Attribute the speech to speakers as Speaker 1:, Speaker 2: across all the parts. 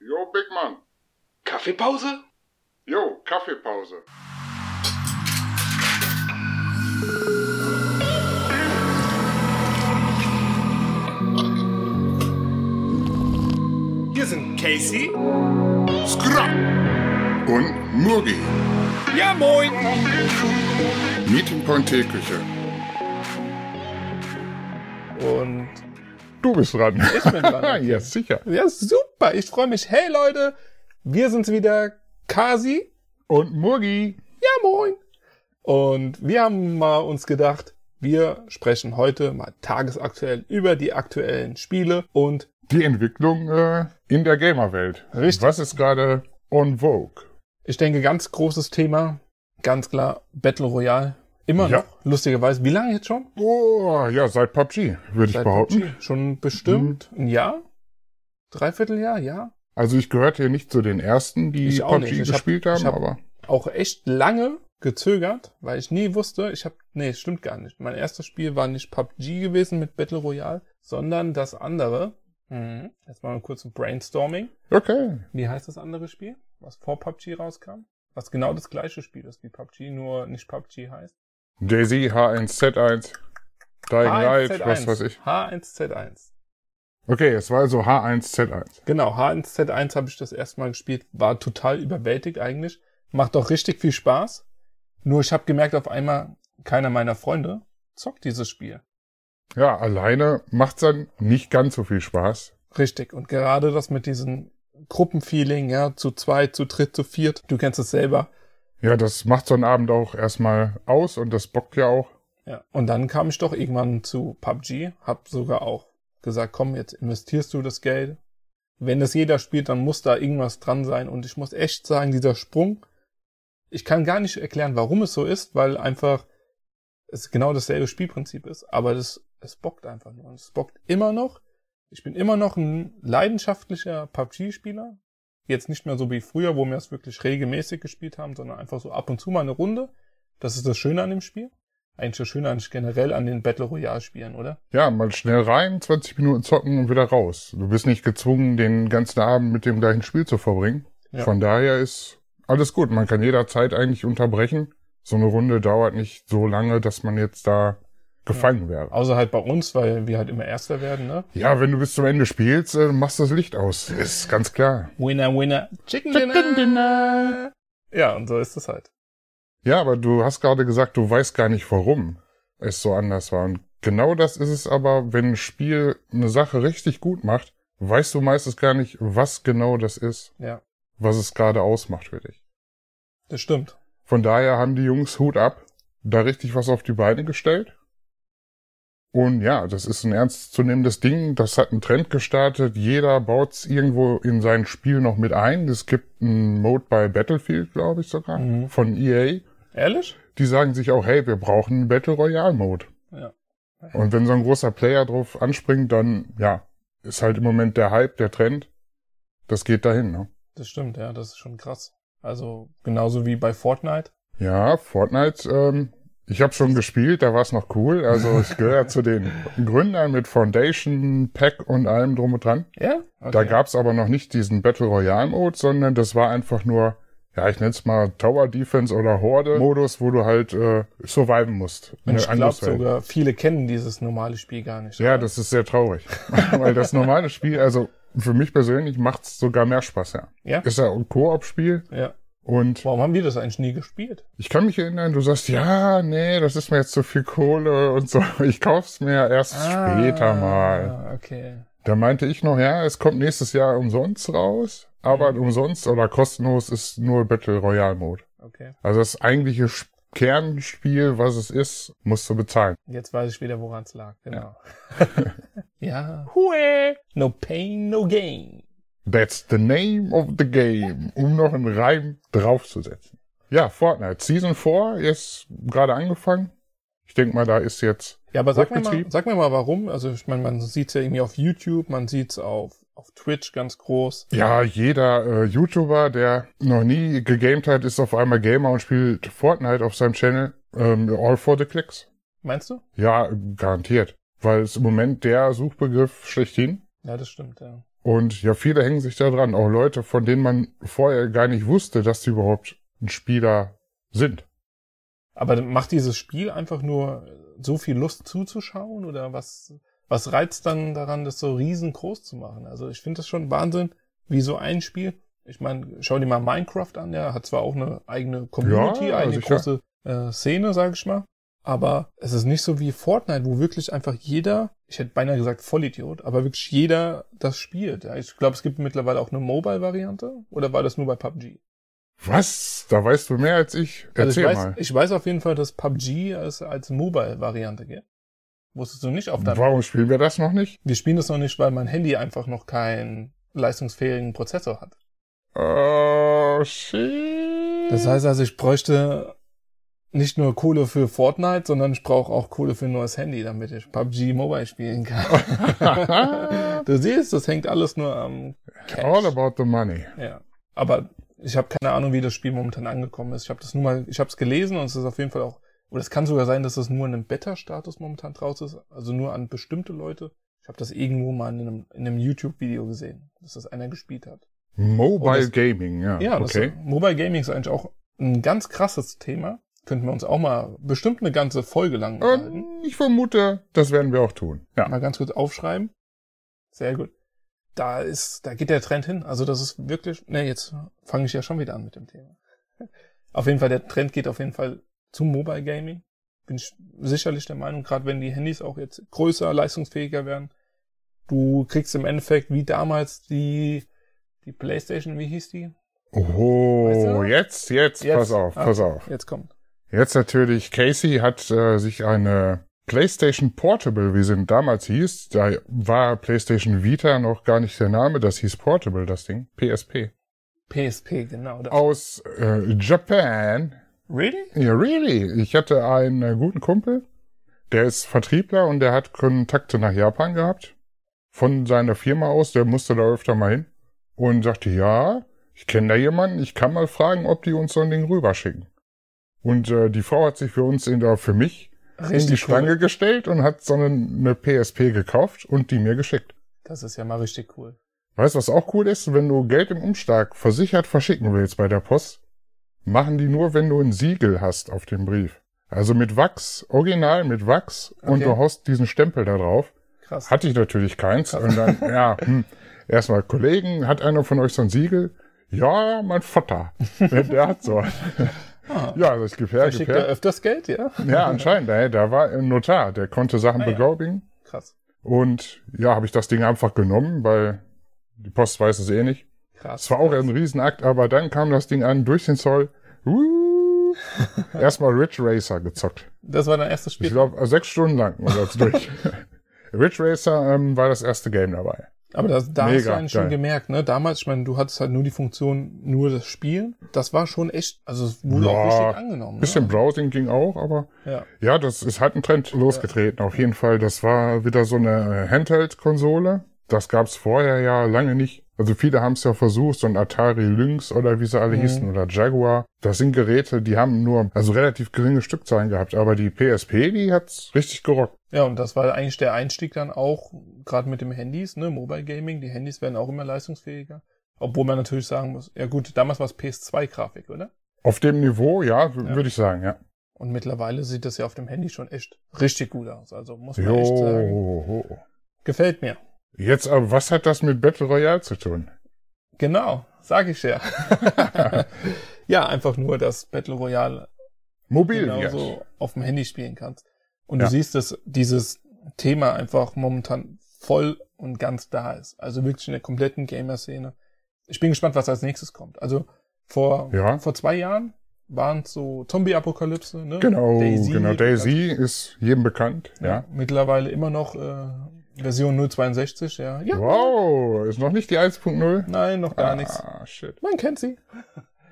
Speaker 1: Jo, Big Mann.
Speaker 2: Kaffeepause?
Speaker 1: Jo, Kaffeepause.
Speaker 2: Hier sind Casey.
Speaker 1: Und Murgi.
Speaker 2: Ja, moin.
Speaker 1: Meeting Point Teeküche.
Speaker 3: Und
Speaker 1: Du bist dran.
Speaker 3: ich bin dran.
Speaker 1: ja, sicher.
Speaker 3: ja, super. Ich freue mich. Hey Leute, wir sind's wieder. Kasi.
Speaker 1: Und Murgi.
Speaker 3: Ja, moin. Und wir haben mal uns gedacht, wir sprechen heute mal tagesaktuell über die aktuellen Spiele und
Speaker 1: Die Entwicklung äh, in der Gamerwelt.
Speaker 3: Richtig.
Speaker 1: Was ist gerade on vogue?
Speaker 3: ich denke, ganz großes Thema, ganz klar, Battle Royale. Immer
Speaker 1: Ja.
Speaker 3: noch, lustigerweise. Wie lange jetzt schon?
Speaker 1: Oh, ja, seit PUBG, würde ich
Speaker 3: Seit
Speaker 1: behaupten.
Speaker 3: PUBG? Schon bestimmt
Speaker 2: Mhm.
Speaker 3: ein Jahr? Dreivierteljahr, ja?
Speaker 1: Also ich gehörte hier nicht zu den ersten, die
Speaker 3: Ich auch
Speaker 1: PUBG
Speaker 3: nicht. Ich hab-
Speaker 1: gespielt haben,
Speaker 3: ich hab-
Speaker 1: aber
Speaker 3: auch echt lange gezögert, weil ich nie wusste, ich habe, nee, stimmt gar nicht. Mein erstes Spiel war nicht PUBG gewesen mit Battle Royale, sondern das andere. Mhm. Jetzt mal kurz ein Brainstorming.
Speaker 1: okay.
Speaker 3: Wie heißt das andere Spiel, was vor PUBG rauskam? Was genau das gleiche Spiel ist wie PUBG, nur nicht PUBG heißt.
Speaker 1: Daisy, H1Z1, Dying Light, was weiß ich.
Speaker 3: H1Z1.
Speaker 1: Okay, es war also H1Z1.
Speaker 3: Genau, H1Z1 habe ich das erste Mal gespielt, war total überwältigt eigentlich. Macht doch richtig viel Spaß. Nur ich habe gemerkt, auf einmal keiner meiner Freunde zockt dieses Spiel.
Speaker 1: Ja, alleine macht's dann nicht ganz so viel Spaß.
Speaker 3: Richtig. Und gerade das mit diesem Gruppenfeeling, ja, zu zweit, zu dritt, zu viert, du kennst es selber.
Speaker 1: Ja, das macht so einen Abend auch erstmal aus und das bockt ja auch.
Speaker 3: Ja. Und dann kam ich doch irgendwann zu PUBG, hab sogar auch gesagt, komm, jetzt investierst du das Geld. Wenn das jeder spielt, dann muss da irgendwas dran sein. Und ich muss echt sagen, dieser Sprung, ich kann gar nicht erklären, warum es so ist, weil einfach es genau dasselbe Spielprinzip ist, aber das, es bockt einfach nur. Und es bockt immer noch. Ich bin immer noch ein leidenschaftlicher PUBG-Spieler. Jetzt nicht mehr so wie früher, wo wir es wirklich regelmäßig gespielt haben, sondern einfach so ab und zu mal eine Runde. Das ist das Schöne an dem Spiel. Eigentlich das Schöne an, generell an den Battle Royale-Spielen, oder?
Speaker 1: Ja, mal schnell rein, 20 Minuten zocken und wieder raus. Du bist nicht gezwungen, den ganzen Abend mit dem gleichen Spiel zu verbringen.
Speaker 3: Ja.
Speaker 1: Von daher ist alles gut. Man kann jederzeit eigentlich unterbrechen. So eine Runde dauert nicht so lange, dass man jetzt da gefangen wäre.
Speaker 3: Außer halt bei uns, weil wir halt immer Erster werden, ne?
Speaker 1: Ja, wenn du bis zum Ende spielst, äh, machst das Licht aus. Ist ganz klar.
Speaker 3: Winner, winner, chicken dinner. Ja, und so ist es halt.
Speaker 1: Ja, aber du hast gerade gesagt, du weißt gar nicht, warum es so anders war. Und genau das ist es aber, wenn ein Spiel eine Sache richtig gut macht, weißt du meistens gar nicht, was genau das ist,
Speaker 3: Ja,
Speaker 1: was es gerade ausmacht für dich.
Speaker 3: das stimmt.
Speaker 1: Von daher haben die Jungs Hut ab, da richtig was auf die Beine gestellt. Und ja, das ist ein ernstzunehmendes Ding. Das hat einen Trend gestartet. Jeder baut's irgendwo in sein Spiel noch mit ein. Es gibt einen Mode bei Battlefield, glaube ich sogar,
Speaker 3: Mhm.
Speaker 1: von E EA
Speaker 3: Ehrlich?
Speaker 1: die sagen sich auch, hey, wir brauchen einen Battle Royale Mode.
Speaker 3: Ja.
Speaker 1: Und wenn so ein großer Player drauf anspringt, dann, ja, ist halt im Moment der Hype, der Trend. Das geht dahin, ne?
Speaker 3: Das stimmt, ja, das ist schon krass. Also genauso wie bei Fortnite.
Speaker 1: Ja, Fortnite, ähm, ich habe schon gespielt, da war es noch cool. Also ich gehöre zu den Gründern mit Foundation, Pack und allem drum und dran.
Speaker 3: Ja? Okay.
Speaker 1: Da gab's aber noch nicht diesen Battle Royale Mode, sondern das war einfach nur, ja, ich nenn's mal Tower Defense oder Horde Modus, wo du halt äh, surviven musst.
Speaker 3: Und ich
Speaker 1: Eine
Speaker 3: glaube
Speaker 1: Angriffswelt.
Speaker 3: sogar, viele kennen dieses normale Spiel gar nicht.
Speaker 1: Ja, das ist sehr traurig. Weil das normale Spiel, also für mich persönlich macht's sogar mehr Spaß, ja.
Speaker 3: Ja?
Speaker 1: Ist ja ein Koop-Spiel
Speaker 3: Ja.
Speaker 1: und
Speaker 3: Warum haben wir das eigentlich nie gespielt?
Speaker 1: ich kann mich erinnern, du sagst, ja, nee, das ist mir jetzt zu viel Kohle und so. Ich kauf's mir erst später mal.
Speaker 3: Ah, Okay.
Speaker 1: Da meinte ich noch, ja, es kommt nächstes Jahr umsonst raus, aber umsonst oder kostenlos ist nur Battle Royale Mode.
Speaker 3: Okay.
Speaker 1: Also das eigentliche Sch- Kernspiel, was es ist, musst du bezahlen.
Speaker 3: Jetzt weiß ich wieder, woran es lag. Genau. Ja. No pain, no gain.
Speaker 1: That's the name of the game, um noch einen Reim draufzusetzen. Ja, Fortnite. Season 4 ist gerade angefangen. Ich denke mal, da ist jetzt.
Speaker 3: Ja, aber sag mir, mal,
Speaker 1: Hochgetrieben.
Speaker 3: sag mir mal, warum. Also ich meine, man sieht's ja irgendwie auf YouTube, man sieht's auf, auf Twitch ganz groß.
Speaker 1: Ja, jeder äh, YouTuber, der noch nie gegamed hat, ist auf einmal Gamer und spielt Fortnite auf seinem Channel. Ähm, all for the clicks.
Speaker 3: Meinst du?
Speaker 1: Ja, garantiert. Weil es im Moment der Suchbegriff schlechthin.
Speaker 3: Ja, das stimmt, ja.
Speaker 1: Und ja, viele hängen sich da dran. Auch Leute, von denen man vorher gar nicht wusste, dass sie überhaupt ein Spieler sind.
Speaker 3: Aber dann macht dieses Spiel einfach nur so viel Lust zuzuschauen oder was, was reizt dann daran, das so riesengroß zu machen? Also ich finde das schon Wahnsinn, wie so ein Spiel. Ich meine, schau dir mal Minecraft an, der hat zwar auch eine eigene Community,
Speaker 1: Ja,
Speaker 3: eine
Speaker 1: sicher.
Speaker 3: große äh, Szene, sag ich mal. Aber es ist nicht so wie Fortnite, wo wirklich einfach jeder, ich hätte beinahe gesagt Vollidiot, aber wirklich jeder das spielt. Ja, ich glaube, es gibt mittlerweile auch eine Mobile-Variante. Oder war das nur bei PUBG?
Speaker 1: Was? Da weißt du mehr als ich.
Speaker 3: Also
Speaker 1: Erzähl
Speaker 3: ich, weiß,
Speaker 1: mal.
Speaker 3: ich weiß auf jeden Fall, dass PUBG es als Mobile-Variante gibt. Wusstest du nicht auf deinem...
Speaker 1: Warum spielen wir das noch nicht?
Speaker 3: Wir spielen das noch nicht, weil mein Handy einfach noch keinen leistungsfähigen Prozessor hat.
Speaker 1: Oh, shit.
Speaker 3: Das heißt also, ich bräuchte nicht nur Kohle für Fortnite, sondern ich brauche auch Kohle für ein neues Handy, damit ich PUBG Mobile spielen kann. du siehst, das hängt alles nur am
Speaker 1: All
Speaker 3: Cash.
Speaker 1: about the money.
Speaker 3: Ja. Aber ich habe keine Ahnung, wie das Spiel momentan angekommen ist. Ich habe das nur mal, ich habe es gelesen und es ist auf jeden Fall auch, oder es kann sogar sein, dass es nur in einem Beta-Status momentan draußen ist, also nur an bestimmte Leute. Ich habe das irgendwo mal in einem, in einem YouTube-Video gesehen, dass das einer gespielt hat.
Speaker 1: Mobile
Speaker 3: Oh, das-
Speaker 1: Gaming, ja.
Speaker 3: Ja, das
Speaker 1: Ah, okay.
Speaker 3: Mobile Gaming ist eigentlich auch ein ganz krasses Thema. Könnten wir uns auch mal bestimmt eine ganze Folge lang unterhalten.
Speaker 1: Ähm, ich vermute, das werden wir auch tun. Ja.
Speaker 3: Mal ganz kurz aufschreiben. Sehr gut. Da ist, da geht der Trend hin. Also das ist wirklich, ne, jetzt fange ich ja schon wieder an mit dem Thema. Auf jeden Fall, der Trend geht auf jeden Fall zum Mobile Gaming. Bin ich sicherlich der Meinung, gerade wenn die Handys auch jetzt größer, leistungsfähiger werden. Du kriegst im Endeffekt wie damals die, die Playstation, wie hieß die?
Speaker 1: Oh,
Speaker 3: Weißt du?
Speaker 1: jetzt, jetzt,
Speaker 3: Jetzt.
Speaker 1: pass auf,
Speaker 3: Ah.
Speaker 1: pass auf.
Speaker 3: Jetzt kommt.
Speaker 1: Jetzt natürlich, Casey hat äh, sich eine PlayStation Portable, wie sie damals hieß, da war PlayStation Vita noch gar nicht der Name, das hieß Portable, das Ding, PSP,
Speaker 3: PSP, genau. Das.
Speaker 1: aus äh, Japan
Speaker 3: Really?
Speaker 1: Ja, really. Ich hatte einen äh, guten Kumpel, der ist Vertriebler und der hat Kontakte nach Japan gehabt. Von seiner Firma aus, der musste da öfter mal hin. Und sagte, ja, ich kenne da jemanden, ich kann mal fragen, ob die uns so ein Ding rüberschicken. Und äh, die Frau hat sich für uns in der, für mich in die Schlange
Speaker 3: cool.
Speaker 1: gestellt und hat so eine, eine PSP gekauft und die mir geschickt.
Speaker 3: Das ist ja mal richtig cool.
Speaker 1: Weißt du, was auch cool ist? Wenn du Geld im Umschlag versichert verschicken willst bei der Post, machen die nur, wenn du ein Siegel hast auf dem Brief. Also mit Wachs, original mit Wachs und
Speaker 3: Okay.
Speaker 1: du hast diesen Stempel da drauf.
Speaker 3: Krass.
Speaker 1: Hatte ich natürlich keins. Und dann, ja, hm, erstmal Kollegen, hat einer von euch so ein Siegel? Ja, mein Vater. Der hat so.
Speaker 3: Ah.
Speaker 1: Ja, also ich gebe her, gib
Speaker 3: Schickt er
Speaker 1: her.
Speaker 3: öfters Geld, ja?
Speaker 1: Ja, anscheinend. Ey, da war ein Notar, der konnte Sachen
Speaker 3: Ah, ja.
Speaker 1: beglaubigen.
Speaker 3: Krass.
Speaker 1: Und ja, habe ich das Ding einfach genommen, weil die Post weiß es eh nicht.
Speaker 3: Krass.
Speaker 1: Es war auch ein Riesenakt, aber dann kam das Ding an, durch den Zoll. Uh, erstmal Ridge Racer gezockt.
Speaker 3: Das war dein erstes
Speaker 1: Ich
Speaker 3: Spiel.
Speaker 1: glaube, sechs Stunden lang war das durch. Ridge Racer ähm, war das erste Game dabei.
Speaker 3: Aber das, da hast
Speaker 1: Mega
Speaker 3: du eigentlich schon
Speaker 1: geil.
Speaker 3: gemerkt, ne? Damals, ich meine, du hattest halt nur die Funktion, nur das Spielen. Das war schon echt, also es wurde auch
Speaker 1: Ja,
Speaker 3: richtig angenommen.
Speaker 1: Bisschen
Speaker 3: ne?
Speaker 1: Browsing ging auch, aber
Speaker 3: Ja.
Speaker 1: ja, das ist halt ein Trend losgetreten. Auf jeden Fall, das war wieder so eine Handheld-Konsole. Das gab's vorher ja lange nicht. Also viele haben es ja versucht, so ein Atari Lynx oder wie sie alle hießen oder Jaguar. Das sind Geräte, die haben nur, also relativ geringe Stückzahlen gehabt, aber die PSP, die hat's richtig gerockt.
Speaker 3: ja, und das war eigentlich der Einstieg dann auch, gerade mit dem Handys, ne? Mobile Gaming, die Handys werden auch immer leistungsfähiger. Obwohl man natürlich sagen muss, ja gut, damals war es PS2-Grafik, oder?
Speaker 1: Auf dem Niveau, ja, w-
Speaker 3: Ja.
Speaker 1: würde ich sagen, ja.
Speaker 3: Und mittlerweile sieht das ja auf dem Handy schon echt richtig gut aus. Also muss man echt sagen.
Speaker 1: Jo.
Speaker 3: Gefällt mir.
Speaker 1: Jetzt aber, was hat das mit Battle Royale zu tun?
Speaker 3: Genau, sag ich ja. ja, einfach nur, dass Battle Royale
Speaker 1: Mobil
Speaker 3: Genau
Speaker 1: wird.
Speaker 3: genauso auf dem Handy spielen kannst. Und
Speaker 1: Ja.
Speaker 3: du siehst, dass dieses Thema einfach momentan voll und ganz da ist. Also wirklich in der kompletten Gamer-Szene. Ich bin gespannt, was als nächstes kommt. Also vor,
Speaker 1: Ja.
Speaker 3: vor zwei Jahren waren es so Zombie-Apokalypse, ne?
Speaker 1: Genau,
Speaker 3: DayZ,
Speaker 1: genau. Daisy ist jedem bekannt,
Speaker 3: Ja.
Speaker 1: ja.
Speaker 3: Mittlerweile immer noch äh, Version 062, ja. Ja,
Speaker 1: Wow, ist noch nicht die 1.0?
Speaker 3: nein, noch gar nichts.
Speaker 1: Ah, shit.
Speaker 3: Man kennt sie.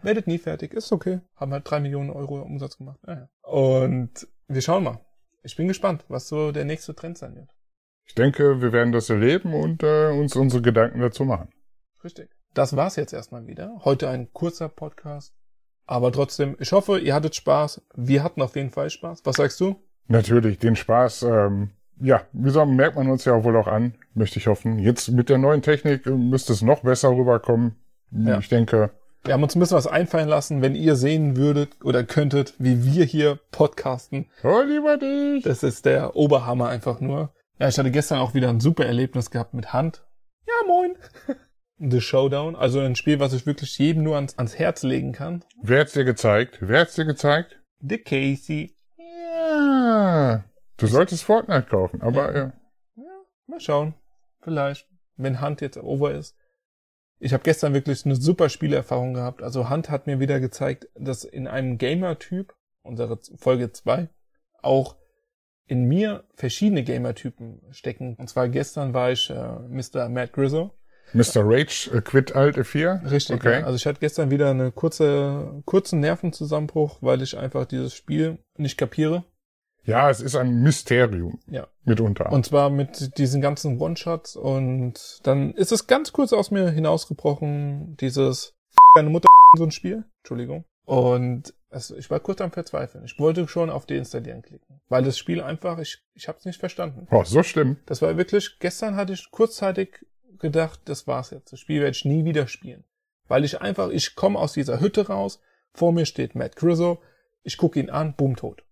Speaker 3: Werdet nie fertig, ist okay. Haben halt drei Millionen Euro Umsatz gemacht. Naja. Und wir schauen mal. Ich bin gespannt, was so der nächste Trend sein wird.
Speaker 1: Ich denke, wir werden das erleben und äh, uns unsere Gedanken dazu machen.
Speaker 3: Richtig. Das war's jetzt erstmal wieder. Heute ein kurzer Podcast. Aber trotzdem, ich hoffe, ihr hattet Spaß. Wir hatten auf jeden Fall Spaß. Was sagst du?
Speaker 1: Natürlich, den Spaß ähm, ja, wie gesagt, merkt man uns ja wohl auch an, möchte ich hoffen. Jetzt mit der neuen Technik äh, müsste es noch besser rüberkommen.
Speaker 3: Ja.
Speaker 1: Ich denke,
Speaker 3: Wir haben uns ein bisschen was einfallen lassen, wenn ihr sehen würdet oder könntet, wie wir hier podcasten.
Speaker 1: hör oh, lieber dich.
Speaker 3: Das ist der Oberhammer einfach nur. Ja, ich hatte gestern auch wieder ein super Erlebnis gehabt mit Hand. Ja, moin. The Showdown, also ein Spiel, was ich wirklich jedem nur ans, ans Herz legen kann.
Speaker 1: Wer hat's dir gezeigt? Wer hat's dir gezeigt?
Speaker 3: The Casey.
Speaker 1: Ja. Du solltest Fortnite kaufen, aber äh, ja.
Speaker 3: Mal schauen. Vielleicht, wenn Hand jetzt over ist. Ich habe gestern wirklich eine super Spielerfahrung gehabt. Also Hand hat mir wieder gezeigt, dass in einem Gamer-Typ, unsere Z- Folge 2, auch in mir verschiedene Gamer-Typen stecken. Und zwar gestern war ich äh, Mr. Matt Grizzle.
Speaker 1: Mr. Rage äh, quit Alt F4.
Speaker 3: Richtig,
Speaker 1: Okay.
Speaker 3: ja. Also ich hatte gestern wieder einen kurze, kurzen Nervenzusammenbruch, weil ich einfach dieses Spiel nicht kapiere.
Speaker 1: Ja, es ist ein Mysterium.
Speaker 3: Ja.
Speaker 1: Mitunter.
Speaker 3: Und zwar mit diesen ganzen One-Shots und dann ist es ganz kurz aus mir hinausgebrochen, dieses F- deine Mutter so ein Spiel. Entschuldigung. Und es, ich war kurz am Verzweifeln. Ich wollte schon auf Deinstallieren klicken, weil das Spiel einfach, ich, ich habe es nicht verstanden.
Speaker 1: Boah, Oh, so schlimm.
Speaker 3: Das war wirklich, gestern hatte ich kurzzeitig gedacht, das war's jetzt. Das Spiel werde ich nie wieder spielen. Weil ich einfach, ich komme aus dieser Hütte raus, vor mir steht Matt Grizzle, ich gucke ihn an, bumm, tot.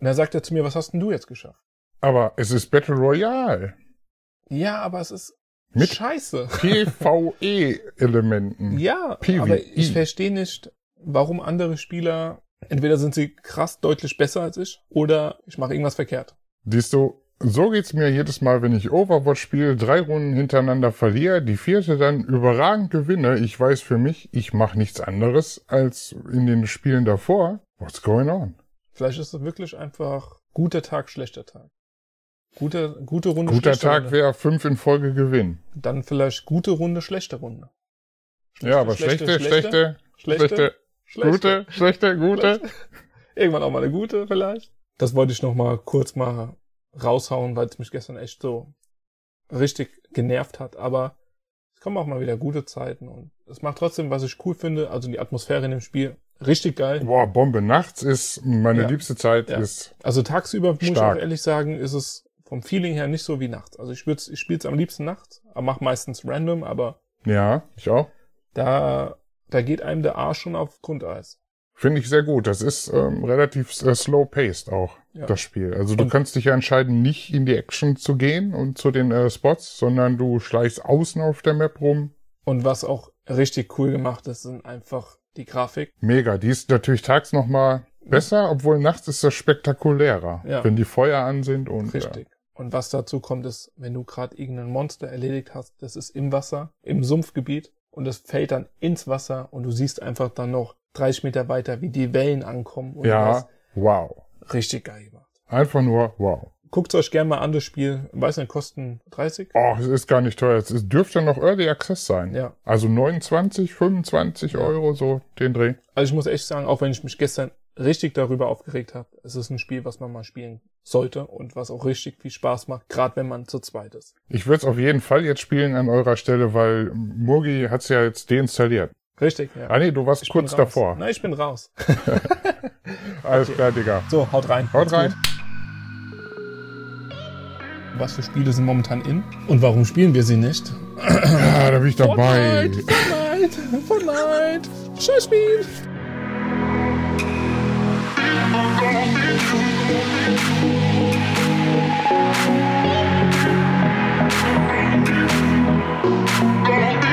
Speaker 3: Und dann sagt er zu mir, was hast denn du jetzt geschafft?
Speaker 1: Aber es ist Battle Royale.
Speaker 3: Ja, aber es ist
Speaker 1: Mit-
Speaker 3: scheiße.
Speaker 1: E PvE-Elementen.
Speaker 3: Ja,
Speaker 1: PvE.
Speaker 3: aber ich verstehe nicht, warum andere Spieler, entweder sind sie krass deutlich besser als ich, oder ich mache irgendwas verkehrt.
Speaker 1: Siehst du, so geht's mir jedes Mal, wenn ich Overwatch spiele, drei Runden hintereinander verliere, die vierte dann überragend gewinne. Ich weiß für mich, ich mache nichts anderes als in den Spielen davor. What's going on?
Speaker 3: Vielleicht ist es wirklich einfach guter Tag, schlechter Tag. Gute, gute Runde,
Speaker 1: Guter
Speaker 3: schlechte
Speaker 1: Tag
Speaker 3: Runde.
Speaker 1: wäre fünf in Folge gewinnen.
Speaker 3: Dann vielleicht gute Runde, schlechte Runde.
Speaker 1: ja, aber schlechte, schlechte, schlechte,
Speaker 3: schlechte, schlechte.
Speaker 1: gute, schlechte, gute.
Speaker 3: Irgendwann auch mal eine gute vielleicht. Das wollte ich noch mal kurz mal raushauen, weil es mich gestern echt so richtig genervt hat. Aber es kommen auch mal wieder gute Zeiten und es macht trotzdem, was ich cool finde, also die Atmosphäre in dem Spiel, richtig geil.
Speaker 1: Boah, Bombe nachts ist meine
Speaker 3: Ja.
Speaker 1: liebste Zeit.
Speaker 3: Ja.
Speaker 1: Ist
Speaker 3: Also tagsüber, muss ich auch
Speaker 1: Stark.
Speaker 3: ehrlich sagen, ist es vom Feeling her nicht so wie nachts. Also ich, würd's- ich spiele es am liebsten nachts, aber mach meistens random, aber
Speaker 1: ja, ich auch.
Speaker 3: da, da geht einem der Arsch schon auf Grundeis.
Speaker 1: Finde ich sehr gut. Das ist ähm, relativ äh, slow-paced auch,
Speaker 3: Ja.
Speaker 1: das Spiel. Also du
Speaker 3: Und-
Speaker 1: kannst dich ja entscheiden, nicht in die Action zu gehen und zu den äh, Spots, sondern du schleichst außen auf der Map rum.
Speaker 3: Und was auch richtig cool gemacht ist, sind einfach die Grafik.
Speaker 1: Mega. Die ist natürlich tags nochmal besser, obwohl nachts ist das spektakulärer,
Speaker 3: Ja.
Speaker 1: wenn die Feuer an sind und äh,
Speaker 3: Richtig. Und was dazu kommt, ist, wenn du gerade irgendein Monster erledigt hast, das ist im Wasser, im Sumpfgebiet und es fällt dann ins Wasser und du siehst einfach dann noch 30 Meter weiter, wie die Wellen ankommen. Und
Speaker 1: ja, wow.
Speaker 3: was. Richtig geil gemacht.
Speaker 1: Einfach nur wow.
Speaker 3: Guckt's euch gerne mal an, das Spiel. Weiß nicht, kosten 30?
Speaker 1: Oh, es ist gar nicht teuer. Es ist- dürfte noch Early Access sein.
Speaker 3: Ja.
Speaker 1: Also 29, 25
Speaker 3: Ja.
Speaker 1: Euro, so den Dreh.
Speaker 3: Also ich muss echt sagen, auch wenn ich mich gestern richtig darüber aufgeregt habe, es ist ein Spiel, was man mal spielen sollte und was auch richtig viel Spaß macht, gerade wenn man zu zweit ist.
Speaker 1: Ich würde es auf jeden Fall jetzt spielen an eurer Stelle, weil Murgi hat's ja jetzt deinstalliert.
Speaker 3: Richtig, ja.
Speaker 1: Ah nee, du warst
Speaker 3: Ich bin
Speaker 1: kurz
Speaker 3: raus.
Speaker 1: davor.
Speaker 3: Nein, ich bin raus.
Speaker 1: Alles klar, Digga.
Speaker 3: So, haut rein.
Speaker 1: Haut rein.
Speaker 3: Was für Spiele sind momentan in? Und warum spielen wir sie nicht?
Speaker 1: Ah, da bin ich dabei.
Speaker 3: Fortnite! Fortnite! Fortnite! Scheiß Spiel!
Speaker 4: Thank you.